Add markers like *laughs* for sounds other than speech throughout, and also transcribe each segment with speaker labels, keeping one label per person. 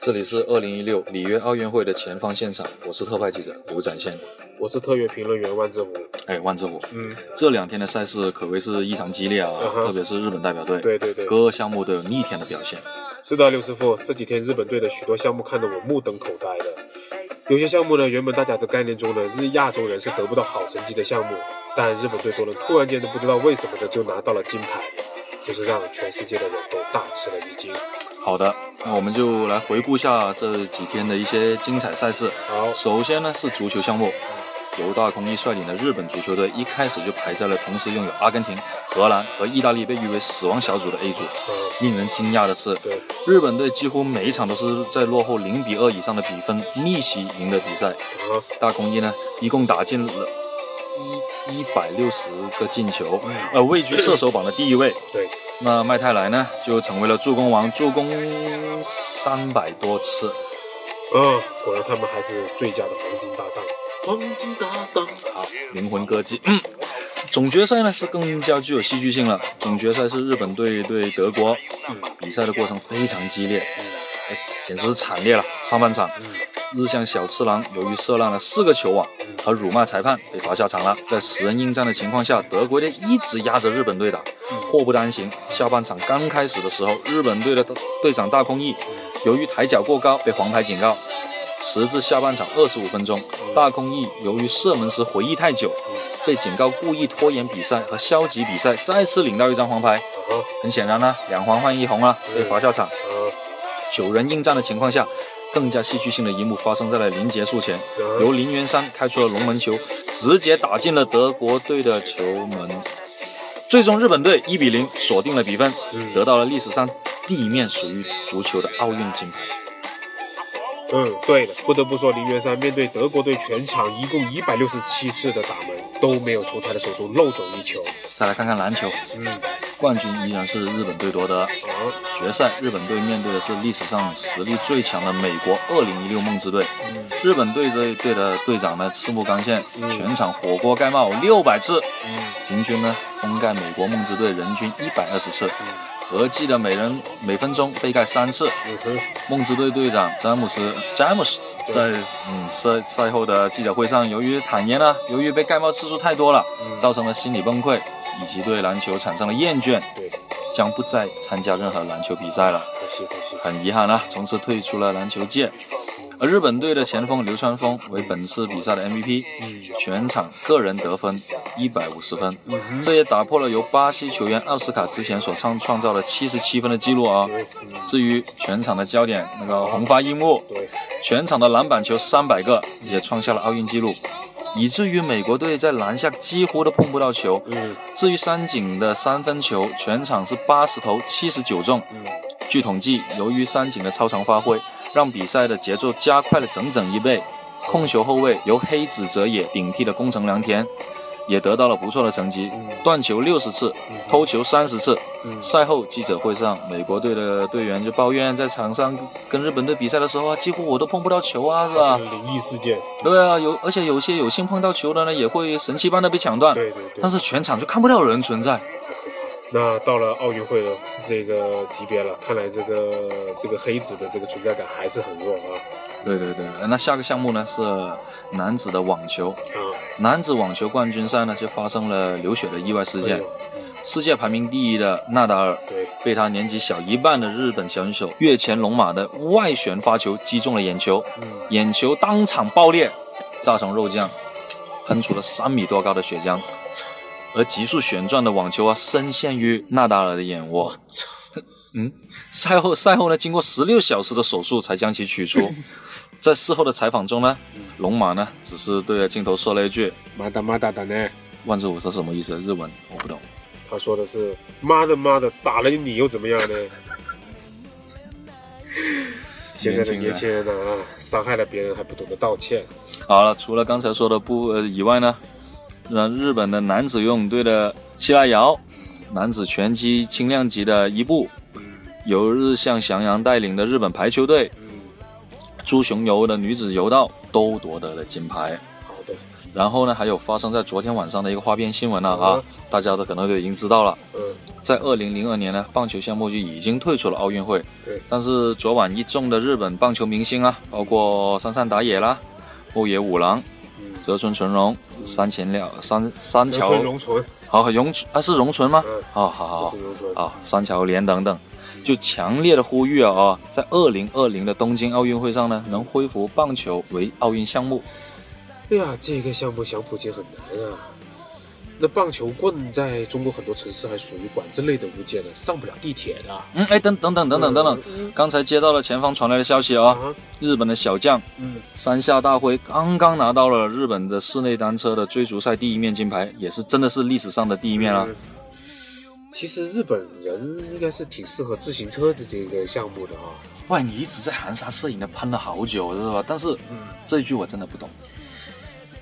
Speaker 1: 这里是二零一六里约奥运会的前方现场，我是特派记者吴展宪。
Speaker 2: 我是特约评论员万志虎。
Speaker 1: 哎，万志虎，
Speaker 2: 嗯，
Speaker 1: 这两天的赛事可谓是异常激烈啊，
Speaker 2: 嗯哼
Speaker 1: 特别是日本代表队，
Speaker 2: 对对对，
Speaker 1: 各个项目都有逆天的表现。
Speaker 2: 是的，刘师傅，这几天日本队的许多项目看得我目瞪口呆的。有些项目呢，原本大家的概念中呢，日亚洲人是得不到好成绩的项目，但日本队都能突然间都不知道为什么的就拿到了金牌，就是让全世界的人都大吃了一惊。
Speaker 1: 好的，那我们就来回顾一下这几天的一些精彩赛事。
Speaker 2: 好，
Speaker 1: 首先呢是足球项目，由大空翼率领的日本足球队一开始就排在了同时拥有阿根廷、荷兰和意大利被誉为死亡小组的 A 组。
Speaker 2: 嗯，
Speaker 1: 令人惊讶的是，
Speaker 2: 对，
Speaker 1: 日本队几乎每一场都是在落后零比二以上的比分逆袭赢得比赛。
Speaker 2: 啊，
Speaker 1: 大空翼呢，一共打进了一一百六十个进球，呃，位居射手榜的第一位。
Speaker 2: 对，
Speaker 1: 那麦泰莱呢，就成为了助攻王，助攻三百多次。
Speaker 2: 嗯，果然他们还是最佳的黄金搭档，黄金搭档。
Speaker 1: 好，灵魂歌姬。嗯总决赛呢是更加具有戏剧性了。总决赛是日本队对德国，
Speaker 2: 嗯
Speaker 1: 比赛的过程非常激烈，
Speaker 2: 嗯
Speaker 1: 哎，简直是惨烈了。上半场，
Speaker 2: 嗯
Speaker 1: 日向小次郎由于射烂了四个球网
Speaker 2: 嗯
Speaker 1: 和辱骂裁判，被罚下场了。在十人应战的情况下，德国队一直压着日本队打，
Speaker 2: 嗯
Speaker 1: 祸不单行。下半场刚开始的时候，日本队的队长大空翼
Speaker 2: 嗯
Speaker 1: 由于抬脚过高被黄牌警告。时至下半场二十五分钟，大空翼由于射门时回忆太久，
Speaker 2: 嗯，
Speaker 1: 被警告故意拖延比赛和消极比赛，再次领到一张黄牌。
Speaker 2: 啊
Speaker 1: 很显然呢，两黄换一红啊，被罚下场。
Speaker 2: 啊
Speaker 1: 九人应战的情况下，更加戏剧性的一幕发生在了临结束前，由林元山开出了龙门球，直接打进了德国队的球门。最终，日本队一比零锁定了比分，
Speaker 2: 嗯
Speaker 1: 得到了历史上第一面属于足球的奥运金牌。
Speaker 2: 嗯，对的，不得不说，林元山面对德国队全场一共一百六十七次的打门都没有从他的手中漏走一球。
Speaker 1: 再来看看篮球，
Speaker 2: 嗯，啊，
Speaker 1: 冠军依然是日本队夺得。决赛，日本队面对的是历史上实力最强的美国2016梦之队。
Speaker 2: 嗯
Speaker 1: 日本队队队的队长呢，赤木刚宪，
Speaker 2: 嗯
Speaker 1: 全场火锅盖帽六百次，
Speaker 2: 嗯
Speaker 1: 平均呢封盖美国梦之队人均一百二十次，
Speaker 2: 嗯
Speaker 1: 合计的每人每分钟被盖三次。
Speaker 2: 嗯哼，
Speaker 1: 梦之队队长詹姆斯詹姆斯在
Speaker 2: 对
Speaker 1: 嗯赛赛后的记者会上，由于坦言呢，由于被盖帽次数太多了，
Speaker 2: 嗯
Speaker 1: 造成了心理崩溃，以及对篮球产生了厌倦，
Speaker 2: 对，
Speaker 1: 将不再参加任何篮球比赛了。
Speaker 2: 可惜可惜。
Speaker 1: 很遗憾啊，从此退出了篮球界。而日本队的前锋流川枫为本次比赛的 MVP，
Speaker 2: 嗯
Speaker 1: 全场个人得分一百五十分，
Speaker 2: 嗯哼，
Speaker 1: 这也打破了由巴西球员奥斯卡之前所创创造的七十七分的记录啊、
Speaker 2: 对，嗯
Speaker 1: 至于全场的焦点，那个红发樱木，
Speaker 2: 对，
Speaker 1: 全场的篮板球三百个，也创下了奥运纪录，以至于美国队在篮下几乎都碰不到球。
Speaker 2: 嗯
Speaker 1: 至于山井的三分球，全场是八十投七十九中，
Speaker 2: 嗯
Speaker 1: 据统计，由于山井的超常发挥，让比赛的节奏加快了整整一倍。控球后卫由黑子哲也顶替了宫城良田，也得到了不错的成绩
Speaker 2: 嗯，
Speaker 1: 断球六十次，偷球三十次。
Speaker 2: 嗯
Speaker 1: 赛后记者会上，美国队的队员就抱怨，在场上跟日本队比赛的时候啊，几乎我都碰不到球啊，是
Speaker 2: 这
Speaker 1: 吧
Speaker 2: 是？灵异事件。
Speaker 1: 对啊，有而且有些有幸碰到球的呢，也会神奇般的被抢断，
Speaker 2: 对对对
Speaker 1: 但。是全场就看不到人存在。
Speaker 2: 那到了奥运会的这个级别了，看来这个这个黑子的这个存在感还是很弱啊。
Speaker 1: 对对对，那下个项目呢是男子的网球，
Speaker 2: 啊，
Speaker 1: 男子网球冠军赛呢，就发生了流血的意外事
Speaker 2: 哎
Speaker 1: 件。
Speaker 2: 呦嗯
Speaker 1: 世界排名第一的纳达尔
Speaker 2: 对，
Speaker 1: 被他年纪小一半的日本选手越前龙马的外旋发球击中了眼球，
Speaker 2: 嗯
Speaker 1: 眼球当场爆裂，炸成肉酱，喷出了三米多高的血浆。而急速旋转的网球啊，深陷于纳达尔的眼窝。嗯，赛后赛后呢，经过十六小时的手术才将其取出。在事后的采访中呢，龙马呢只是对着镜头说了一句
Speaker 2: 马达马达的呢？
Speaker 1: 万字舞是什么意思？日文我不懂。
Speaker 2: 他说的是：“妈的妈的，打了你又怎么样呢？” *laughs* 现在的年轻人呢、啊，伤害了别人还不懂得道歉。
Speaker 1: 好了，除了刚才说的不呃以外呢，那日本的男子游泳队的七濑遥，男子拳击轻量级的伊布，由日向翔阳带领的日本排球队，
Speaker 2: 嗯，
Speaker 1: 朱雄游的女子柔道都夺得了金牌。
Speaker 2: 好的，
Speaker 1: 然后呢，还有发生在昨天晚上的一个花边新闻了
Speaker 2: 好
Speaker 1: 啊
Speaker 2: 的，
Speaker 1: 大家都可能都已经知道了。
Speaker 2: 嗯
Speaker 1: 在二零零二年呢，棒球项目就已经退出了奥运会。
Speaker 2: 对
Speaker 1: 但是昨晚一众的日本棒球明星啊，包括山上打野啦、后野武郎、
Speaker 2: 嗯，
Speaker 1: 泽村纯荣、山前亮、山山
Speaker 2: 泽
Speaker 1: 桥
Speaker 2: 村，荣纯，
Speaker 1: 好，荣啊是荣纯吗？
Speaker 2: 嗯，
Speaker 1: 啊，好好
Speaker 2: 泽
Speaker 1: 好
Speaker 2: 村荣纯，
Speaker 1: 啊，山桥连等等，就强烈的呼吁啊啊，在二零二零的东京奥运会上呢，能恢复棒球为奥运项目。
Speaker 2: 哎呀，这个项目想普及很难啊。那棒球棍在中国很多城市还属于管制类的物件呢，上不了地铁的。
Speaker 1: 嗯，哎，等等等等等等等，
Speaker 2: 等
Speaker 1: 刚才接到了前方传来的消息啊，
Speaker 2: 啊，
Speaker 1: 日本的小将
Speaker 2: 嗯，
Speaker 1: 山下大辉刚刚拿到了日本的室内单车的追逐赛第一面金牌，也是真的是历史上的第一面啊。
Speaker 2: 嗯其实日本人应该是挺适合自行车的这个项目的啊。
Speaker 1: 喂，你一直在含沙射影的喷了好久，是吧？但是
Speaker 2: 嗯，
Speaker 1: 这一句我真的不懂。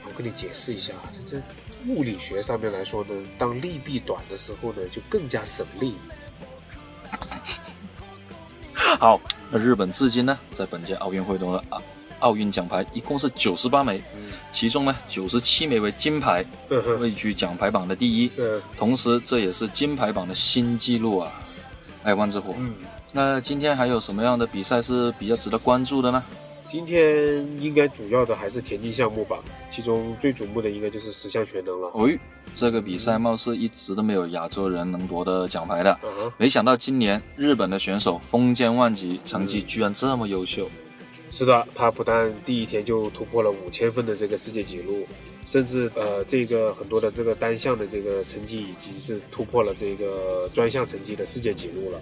Speaker 2: 我跟你解释一下，啊这物理学上面来说呢，当力臂短的时候呢，就更加省力。
Speaker 1: 好，那日本至今呢，在本届奥运会中的啊奥运奖牌一共是九十八枚，
Speaker 2: 嗯，
Speaker 1: 其中呢九十七枚为金牌，
Speaker 2: 嗯哼，
Speaker 1: 位居奖牌榜的第一，
Speaker 2: 嗯
Speaker 1: 同时这也是金牌榜的新纪录啊！哎，万之虎，
Speaker 2: 嗯，
Speaker 1: 那今天还有什么样的比赛是比较值得关注的呢？
Speaker 2: 今天应该主要的还是田径项目吧，其中最瞩目的应该就是十项全能了。
Speaker 1: 喂，这个比赛貌似一直都没有亚洲人能夺得奖牌的。
Speaker 2: 嗯哼。
Speaker 1: 没想到今年日本的选手风间万吉成绩居然这么优秀，
Speaker 2: 是的，他不但第一天就突破了五千分的这个世界纪录，甚至呃，这个很多的这个单项的这个成绩，已经是突破了这个专项成绩的世界纪录了。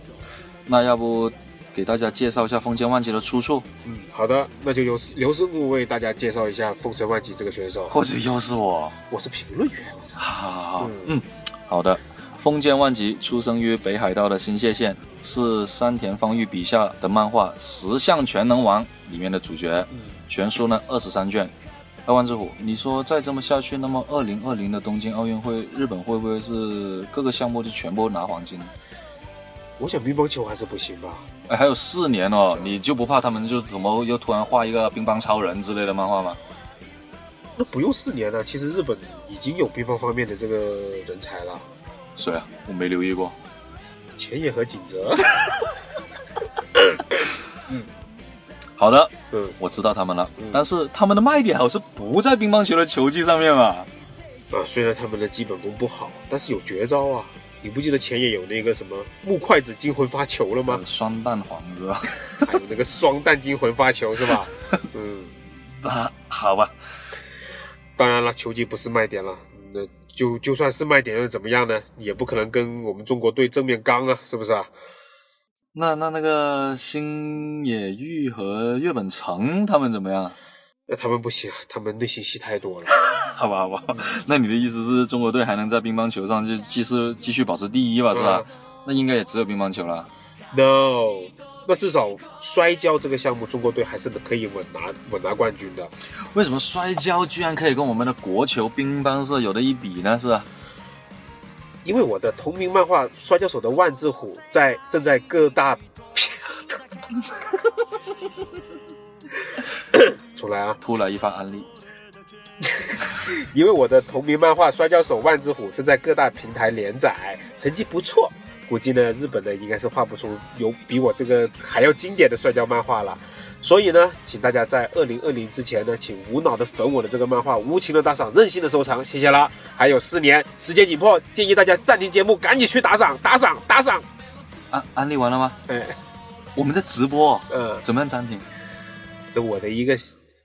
Speaker 1: 那要不给大家介绍一下风间万吉的出处，
Speaker 2: 嗯，好的，那就由刘师傅为大家介绍一下丰臣万吉这个选手。
Speaker 1: 或者又是我。
Speaker 2: 我是评论员，我操！
Speaker 1: 好好好，
Speaker 2: 嗯
Speaker 1: 嗯，好的。丰间万吉出生于北海道的新泻县，是山田芳玉笔下的漫画《十项全能王》里面的主角。
Speaker 2: 嗯，
Speaker 1: 全书呢二十三卷。那万之虎，你说再这么下去，那么二零二零的东京奥运会，日本会不会是各个项目就全部拿黄金？
Speaker 2: 我想乒乓球还是不行吧？
Speaker 1: 哎，还有四年哦，你就不怕他们就怎么又突然画一个乒乓超人之类的漫画吗？
Speaker 2: 那不用四年了，其实日本已经有乒乓方面的这个人才了，
Speaker 1: 谁啊？我没留意过。
Speaker 2: 前野和锦泽。
Speaker 1: 好的，
Speaker 2: 嗯，
Speaker 1: 我知道他们了，
Speaker 2: 嗯
Speaker 1: 但是他们的卖点好像不在乒乓球的球技上面嘛。
Speaker 2: 啊，虽然他们的基本功不好，但是有绝招啊！你不记得前野有那个什么木筷子惊魂发球了吗
Speaker 1: 呃？双蛋黄是吧？
Speaker 2: 还有那个双弹惊魂发球是吧？嗯，
Speaker 1: *laughs* 啊，好吧，
Speaker 2: 当然了，球技不是卖点了，那就就算是卖点又怎么样呢？也不可能跟我们中国队正面刚啊，是不是啊？
Speaker 1: 那那那个星野玉和岳本成他们怎么样？
Speaker 2: 那他们不行，啊他们内心戏太多了。
Speaker 1: 好吧，好吧，那你的意思是中国队还能在乒乓球上就继续继续保持第一吧，是吧？那应该也只有乒乓球了。
Speaker 2: no，那至少摔跤这个项目，中国队还是可以稳拿稳拿冠军的。
Speaker 1: 为什么摔跤居然可以跟我们的国球乒乓是有的一比呢？是吧？
Speaker 2: 因为我的同名漫画《摔跤手的万智虎》在正在各大， *coughs* 重来啊！
Speaker 1: 突然一发安利，
Speaker 2: 因为我的同名漫画《摔跤手万智虎》正在各大平台连载，成绩不错。估计呢，日本呢应该是画不出有比我这个还要经典的摔跤漫画了。所以呢，请大家在二零二零之前呢，请无脑的粉我的这个漫画，无情的打赏，任性的收藏，谢谢啦。还有四年，时间紧迫，建议大家暂停节目，赶紧去打赏，打赏，打赏。
Speaker 1: 安啊安利完了吗？
Speaker 2: 哎，
Speaker 1: 我们在直播，
Speaker 2: 呃，
Speaker 1: 怎么样暂停？
Speaker 2: 那我的一个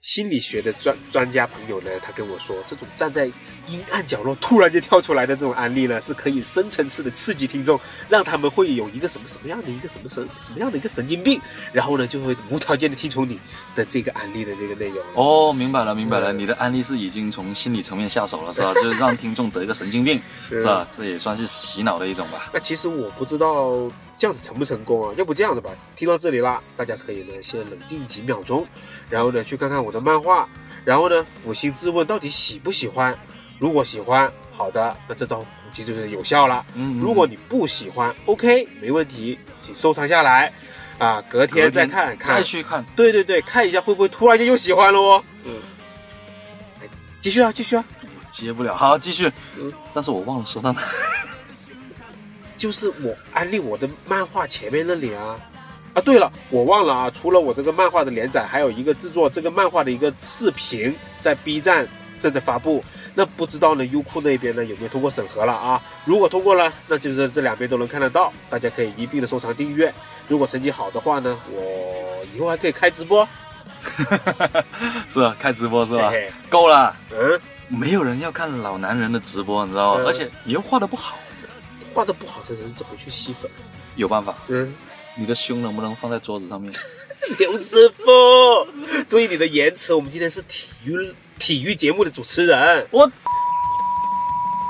Speaker 2: 心理学的专专家朋友呢，他跟我说，这种站在阴暗角落突然间跳出来的这种案例呢，是可以深层次的刺激听众，让他们会有一个什么什么样的一个什么神什么样的一个神经病，然后呢就会无条件的听从你的这个案例的这个内容。
Speaker 1: 哦，明白了，明白了，
Speaker 2: 嗯
Speaker 1: 你的安利是已经从心理层面下手了，
Speaker 2: *laughs*
Speaker 1: 是吧？就是让听众得一个神经病，
Speaker 2: 啊
Speaker 1: 是啊吧？这也算是洗脑的一种吧。
Speaker 2: 那其实我不知道这样子成不成功啊，要不这样子吧，听到这里啦，大家可以呢先冷静几秒钟，然后呢去看看我的漫画，然后呢抚心自问到底喜不喜欢。如果喜欢，好的，那这招估计就是有效了。
Speaker 1: 嗯，嗯
Speaker 2: 如果你不喜欢，OK，没问题，请收藏下来，啊，隔
Speaker 1: 隔
Speaker 2: 天再看
Speaker 1: 嗯
Speaker 2: 看
Speaker 1: 再。去看，
Speaker 2: 对对对，看一下会不会突然间又喜欢了哦。嗯，哎继续啊，继续啊，
Speaker 1: 我接不了。好，继续
Speaker 2: 嗯。
Speaker 1: 但是我忘了说到哪。
Speaker 2: 就是我安利我的漫画前面那里啊。啊，对了，我忘了啊，除了我这个漫画的连载，还有一个制作这个漫画的一个视频在 B 站正在发布。那不知道呢，优酷那边呢有没有通过审核了啊？如果通过了，那就是这两边都能看得到，大家可以一并的收藏订阅。如果成绩好的话呢，我以后还可以开直播。
Speaker 1: *laughs* 是啊，开直播是吧
Speaker 2: 嘿？嘿
Speaker 1: 够了，
Speaker 2: 嗯，
Speaker 1: 没有人要看老男人的直播，你知道吗？
Speaker 2: 嗯
Speaker 1: 而且你又画的不好，
Speaker 2: 画的不好的人怎么去吸粉？
Speaker 1: 有办法，
Speaker 2: 嗯，
Speaker 1: 你的胸能不能放在桌子上面？ *laughs*
Speaker 2: 刘师傅，注意你的言辞，我们今天是体育体育节目的主持人。
Speaker 1: 我，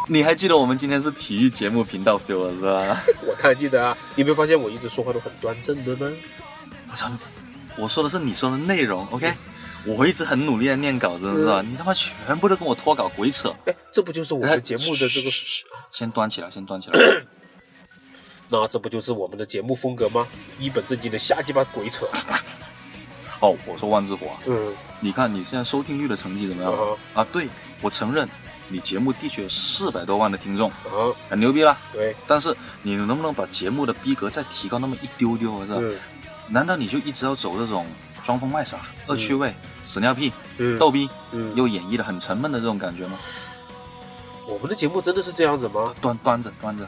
Speaker 1: 你还记得我们今天是体育节目频道 feel 了是吧？
Speaker 2: 我看记得啊，你有没有发现我一直说话都很端正的呢？
Speaker 1: 我操，我说的是你说的内容，OK？我一直很努力的念稿子，是吧？你他妈全部都跟我脱稿鬼扯！
Speaker 2: 哎，这不就是我
Speaker 1: 哎
Speaker 2: 们节目的这
Speaker 1: 嘘
Speaker 2: 个
Speaker 1: 嘘？嘘先端起来，先端起
Speaker 2: *coughs*
Speaker 1: 来。
Speaker 2: 那这不就是我们的节目风格吗？一本正经的瞎鸡巴鬼扯。
Speaker 1: 哦，我说万智火啊，
Speaker 2: 嗯，
Speaker 1: 你看你现在收听率的成绩怎么
Speaker 2: 啊
Speaker 1: 样啊？对，我承认你节目的确有四百多万的听众，
Speaker 2: 啊，
Speaker 1: 很牛逼啦。
Speaker 2: 对，
Speaker 1: 但是你能不能把节目的逼格再提高那么一丢丢啊？是吧？
Speaker 2: 嗯
Speaker 1: 难道你就一直要走这种装疯卖傻、恶趣味、屎尿屁、
Speaker 2: 嗯，
Speaker 1: 逗逼，
Speaker 2: 嗯，
Speaker 1: 又演绎的很沉闷的这种感觉吗？
Speaker 2: 我们的节目真的是这样子吗？
Speaker 1: 端端着端着，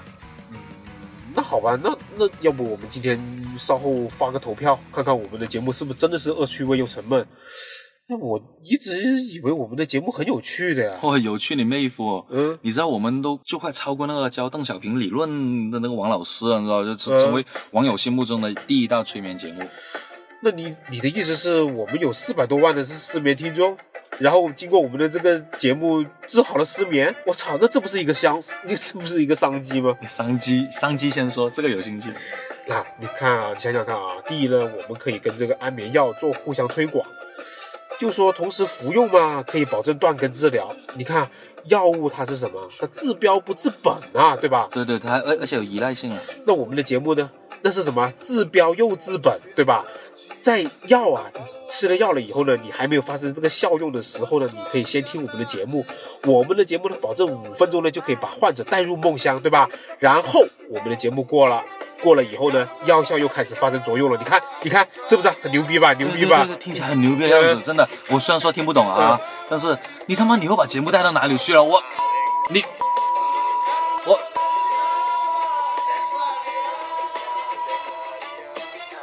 Speaker 2: 那好吧，那那要不我们今天稍后发个投票，看看我们的节目是不是真的是恶趣味又沉闷？那我一直以为我们的节目很有趣的呀。
Speaker 1: 哇，有趣你妹夫！
Speaker 2: 嗯，
Speaker 1: 你知道我们都就快超过那个教邓小平理论的那个王老师了，你知道，就是
Speaker 2: 嗯
Speaker 1: 成为网友心目中的第一大催眠节目。
Speaker 2: 那你你的意思是我们有四百多万的是失眠听众，然后经过我们的这个节目治好了失眠？我操，那这不是一个商，那这不是一个商机吗？
Speaker 1: 商机，商机先说，这个有兴趣。
Speaker 2: 那你看啊，你想想看啊，第一呢，我们可以跟这个安眠药做互相推广，就说同时服用嘛，可以保证断根治疗。你看药物它是什么？它治标不治本啊，对吧？
Speaker 1: 对对，它还而而且有依赖性啊。
Speaker 2: 那我们的节目呢，那是什么？治标又治本，对吧？在药啊，你吃了药了以后呢，你还没有发生这个效用的时候呢，你可以先听我们的节目。我们的节目呢，保证五分钟呢就可以把患者带入梦乡，对吧？然后我们的节目过了，过了以后呢，药效又开始发生作用了。你看，你看，是不是很牛逼吧？牛逼吧
Speaker 1: 对对对？对听起来很牛逼的样
Speaker 2: 嗯
Speaker 1: 子，真的。我虽然说听不懂啊，但是你他妈你又把节目带到哪里去了？我，你，我。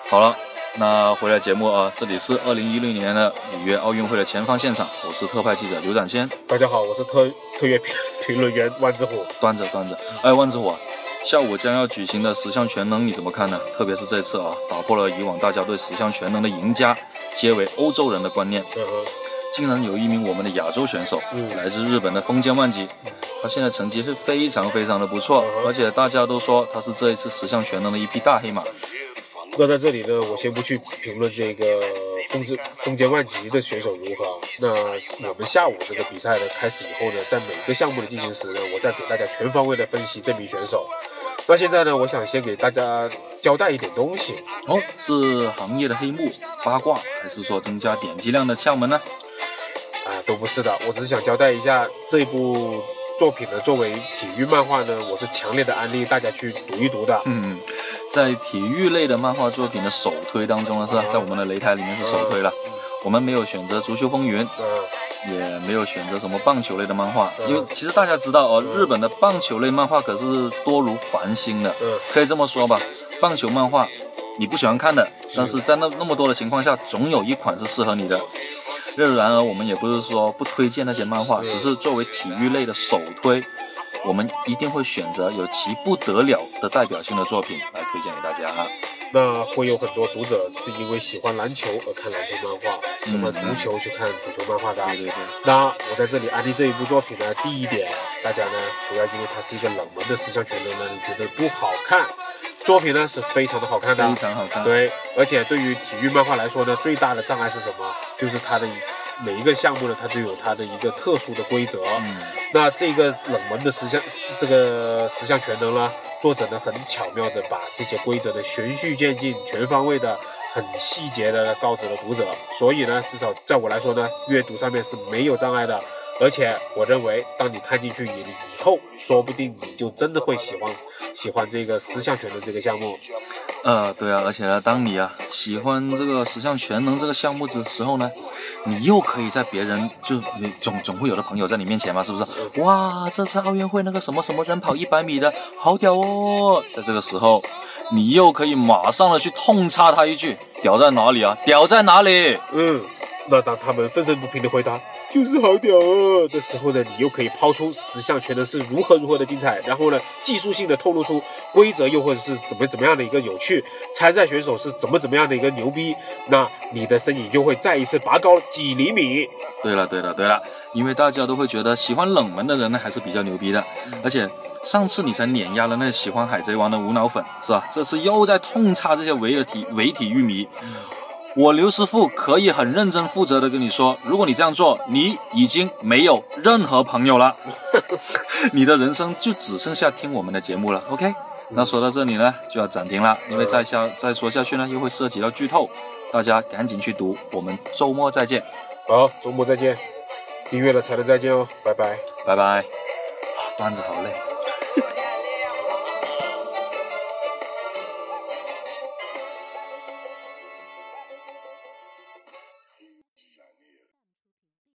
Speaker 1: 好了，那回来节目啊，这里是二零一六年的里约奥运会的前方现场，我是特派记者刘展先，
Speaker 2: 大家好，我是特特约评评论员万之虎。
Speaker 1: 端着端着。哎，万之火，下午将要举行的十项全能你怎么看呢？特别是这次啊，打破了以往大家对十项全能的赢家皆为欧洲人的观念。
Speaker 2: 嗯哼，
Speaker 1: 竟然有一名我们的亚洲选手，
Speaker 2: 嗯
Speaker 1: 来自日本的风间万吉，他现在成绩是非常非常的不错，
Speaker 2: 嗯
Speaker 1: 而且大家都说他是这一次十项全能的一匹大黑马。
Speaker 2: 那在这里呢，我先不去评论这个风之风间万吉的选手如何啊。那我们下午这个比赛呢开始以后呢，在每一个项目的进行时呢，我再给大家全方位的分析这名选手。那现在呢，我想先给大家交代一点东西。
Speaker 1: 哦，是行业的黑幕、八卦，还是说增加点击量的窍门呢？
Speaker 2: 啊，都不是的，我只是想交代一下这部作品呢，作为体育漫画呢，我是强烈的安利大家去读一读的。
Speaker 1: 嗯，在体育类的漫画作品的首推当中呢，是吧
Speaker 2: 嗯
Speaker 1: 在我们的擂台里面是首推了。我们没有选择《足球风云》，
Speaker 2: 嗯
Speaker 1: 也没有选择什么棒球类的漫画，
Speaker 2: 嗯
Speaker 1: 因为其实大家知道哦，
Speaker 2: 嗯
Speaker 1: 日本的棒球类漫画可是多如繁星的。
Speaker 2: 嗯
Speaker 1: 可以这么说吧，棒球漫画你不喜欢看的，但是在那那么多的情况下，总有一款是适合你的。然然而，我们也不是说不推荐那些漫画，
Speaker 2: 嗯
Speaker 1: 只是作为体育类的首推，我们一定会选择有其不得了的代表性的作品来推荐给大家哈。啊
Speaker 2: 那会有很多读者是因为喜欢篮球而看篮球漫画，喜欢足球去看足球漫画的。
Speaker 1: 嗯
Speaker 2: 啊
Speaker 1: 对对对，
Speaker 2: 那我在这里安利这一部作品呢，第一点，大家呢不要因为它是一个冷门的十项全能呢，你觉得不好看。作品呢是非常的好看的
Speaker 1: 非，常好看。
Speaker 2: 对，而且对于体育漫画来说呢，最大的障碍是什么？就是它的每一个项目呢，它都有它的一个特殊的规则。
Speaker 1: 嗯，
Speaker 2: 那这个冷门的十项，这个十项全能呢，作者呢很巧妙的把这些规则呢循序渐进、全方位的、很细节的告知了读者。所以呢，至少在我来说呢，阅读上面是没有障碍的。而且我认为，当你看进去以以后，说不定你就真的会喜欢喜欢这个十项全能这个项目。
Speaker 1: 呃，对啊，而且呢，当你啊喜欢这个十项全能这个项目的时候呢，你又可以在别人就你总总会有的朋友在你面前嘛，是不是？哇，这次奥运会那个什么什么人跑一百米的，好屌哦！在这个时候，你又可以马上的去痛插他一句：“屌在哪里啊？屌在哪里
Speaker 2: 嗯，那当他们愤愤不平的回答“就是好屌啊”的时候呢，你又可以抛出十项全能是如何如何的精彩，然后呢，技术性的透露出规则又或者是怎么怎么样的一个有趣，参赛选手是怎么怎么样的一个牛逼，那你的身影又会再一次拔高几厘米。？”
Speaker 1: 对了，对了，对了，因为大家都会觉得喜欢冷门的人呢还是比较牛逼的，而且。上次你才碾压了那喜欢海贼王的无脑粉，是吧？这次又在痛插这些伪尔体伪体育迷，我刘师傅可以很认真负责的跟你说，如果你这样做，你已经没有任何朋友了，你的人生就只剩下听我们的节目了。OK，那说到这里呢，就要暂停了，因为再下再说下去呢，又会涉及到剧透，大家赶紧去读。我们周末再见，
Speaker 2: 好，周末再见，订阅了才能再见哦，拜拜。
Speaker 1: 拜拜。啊，段子好累。
Speaker 3: 「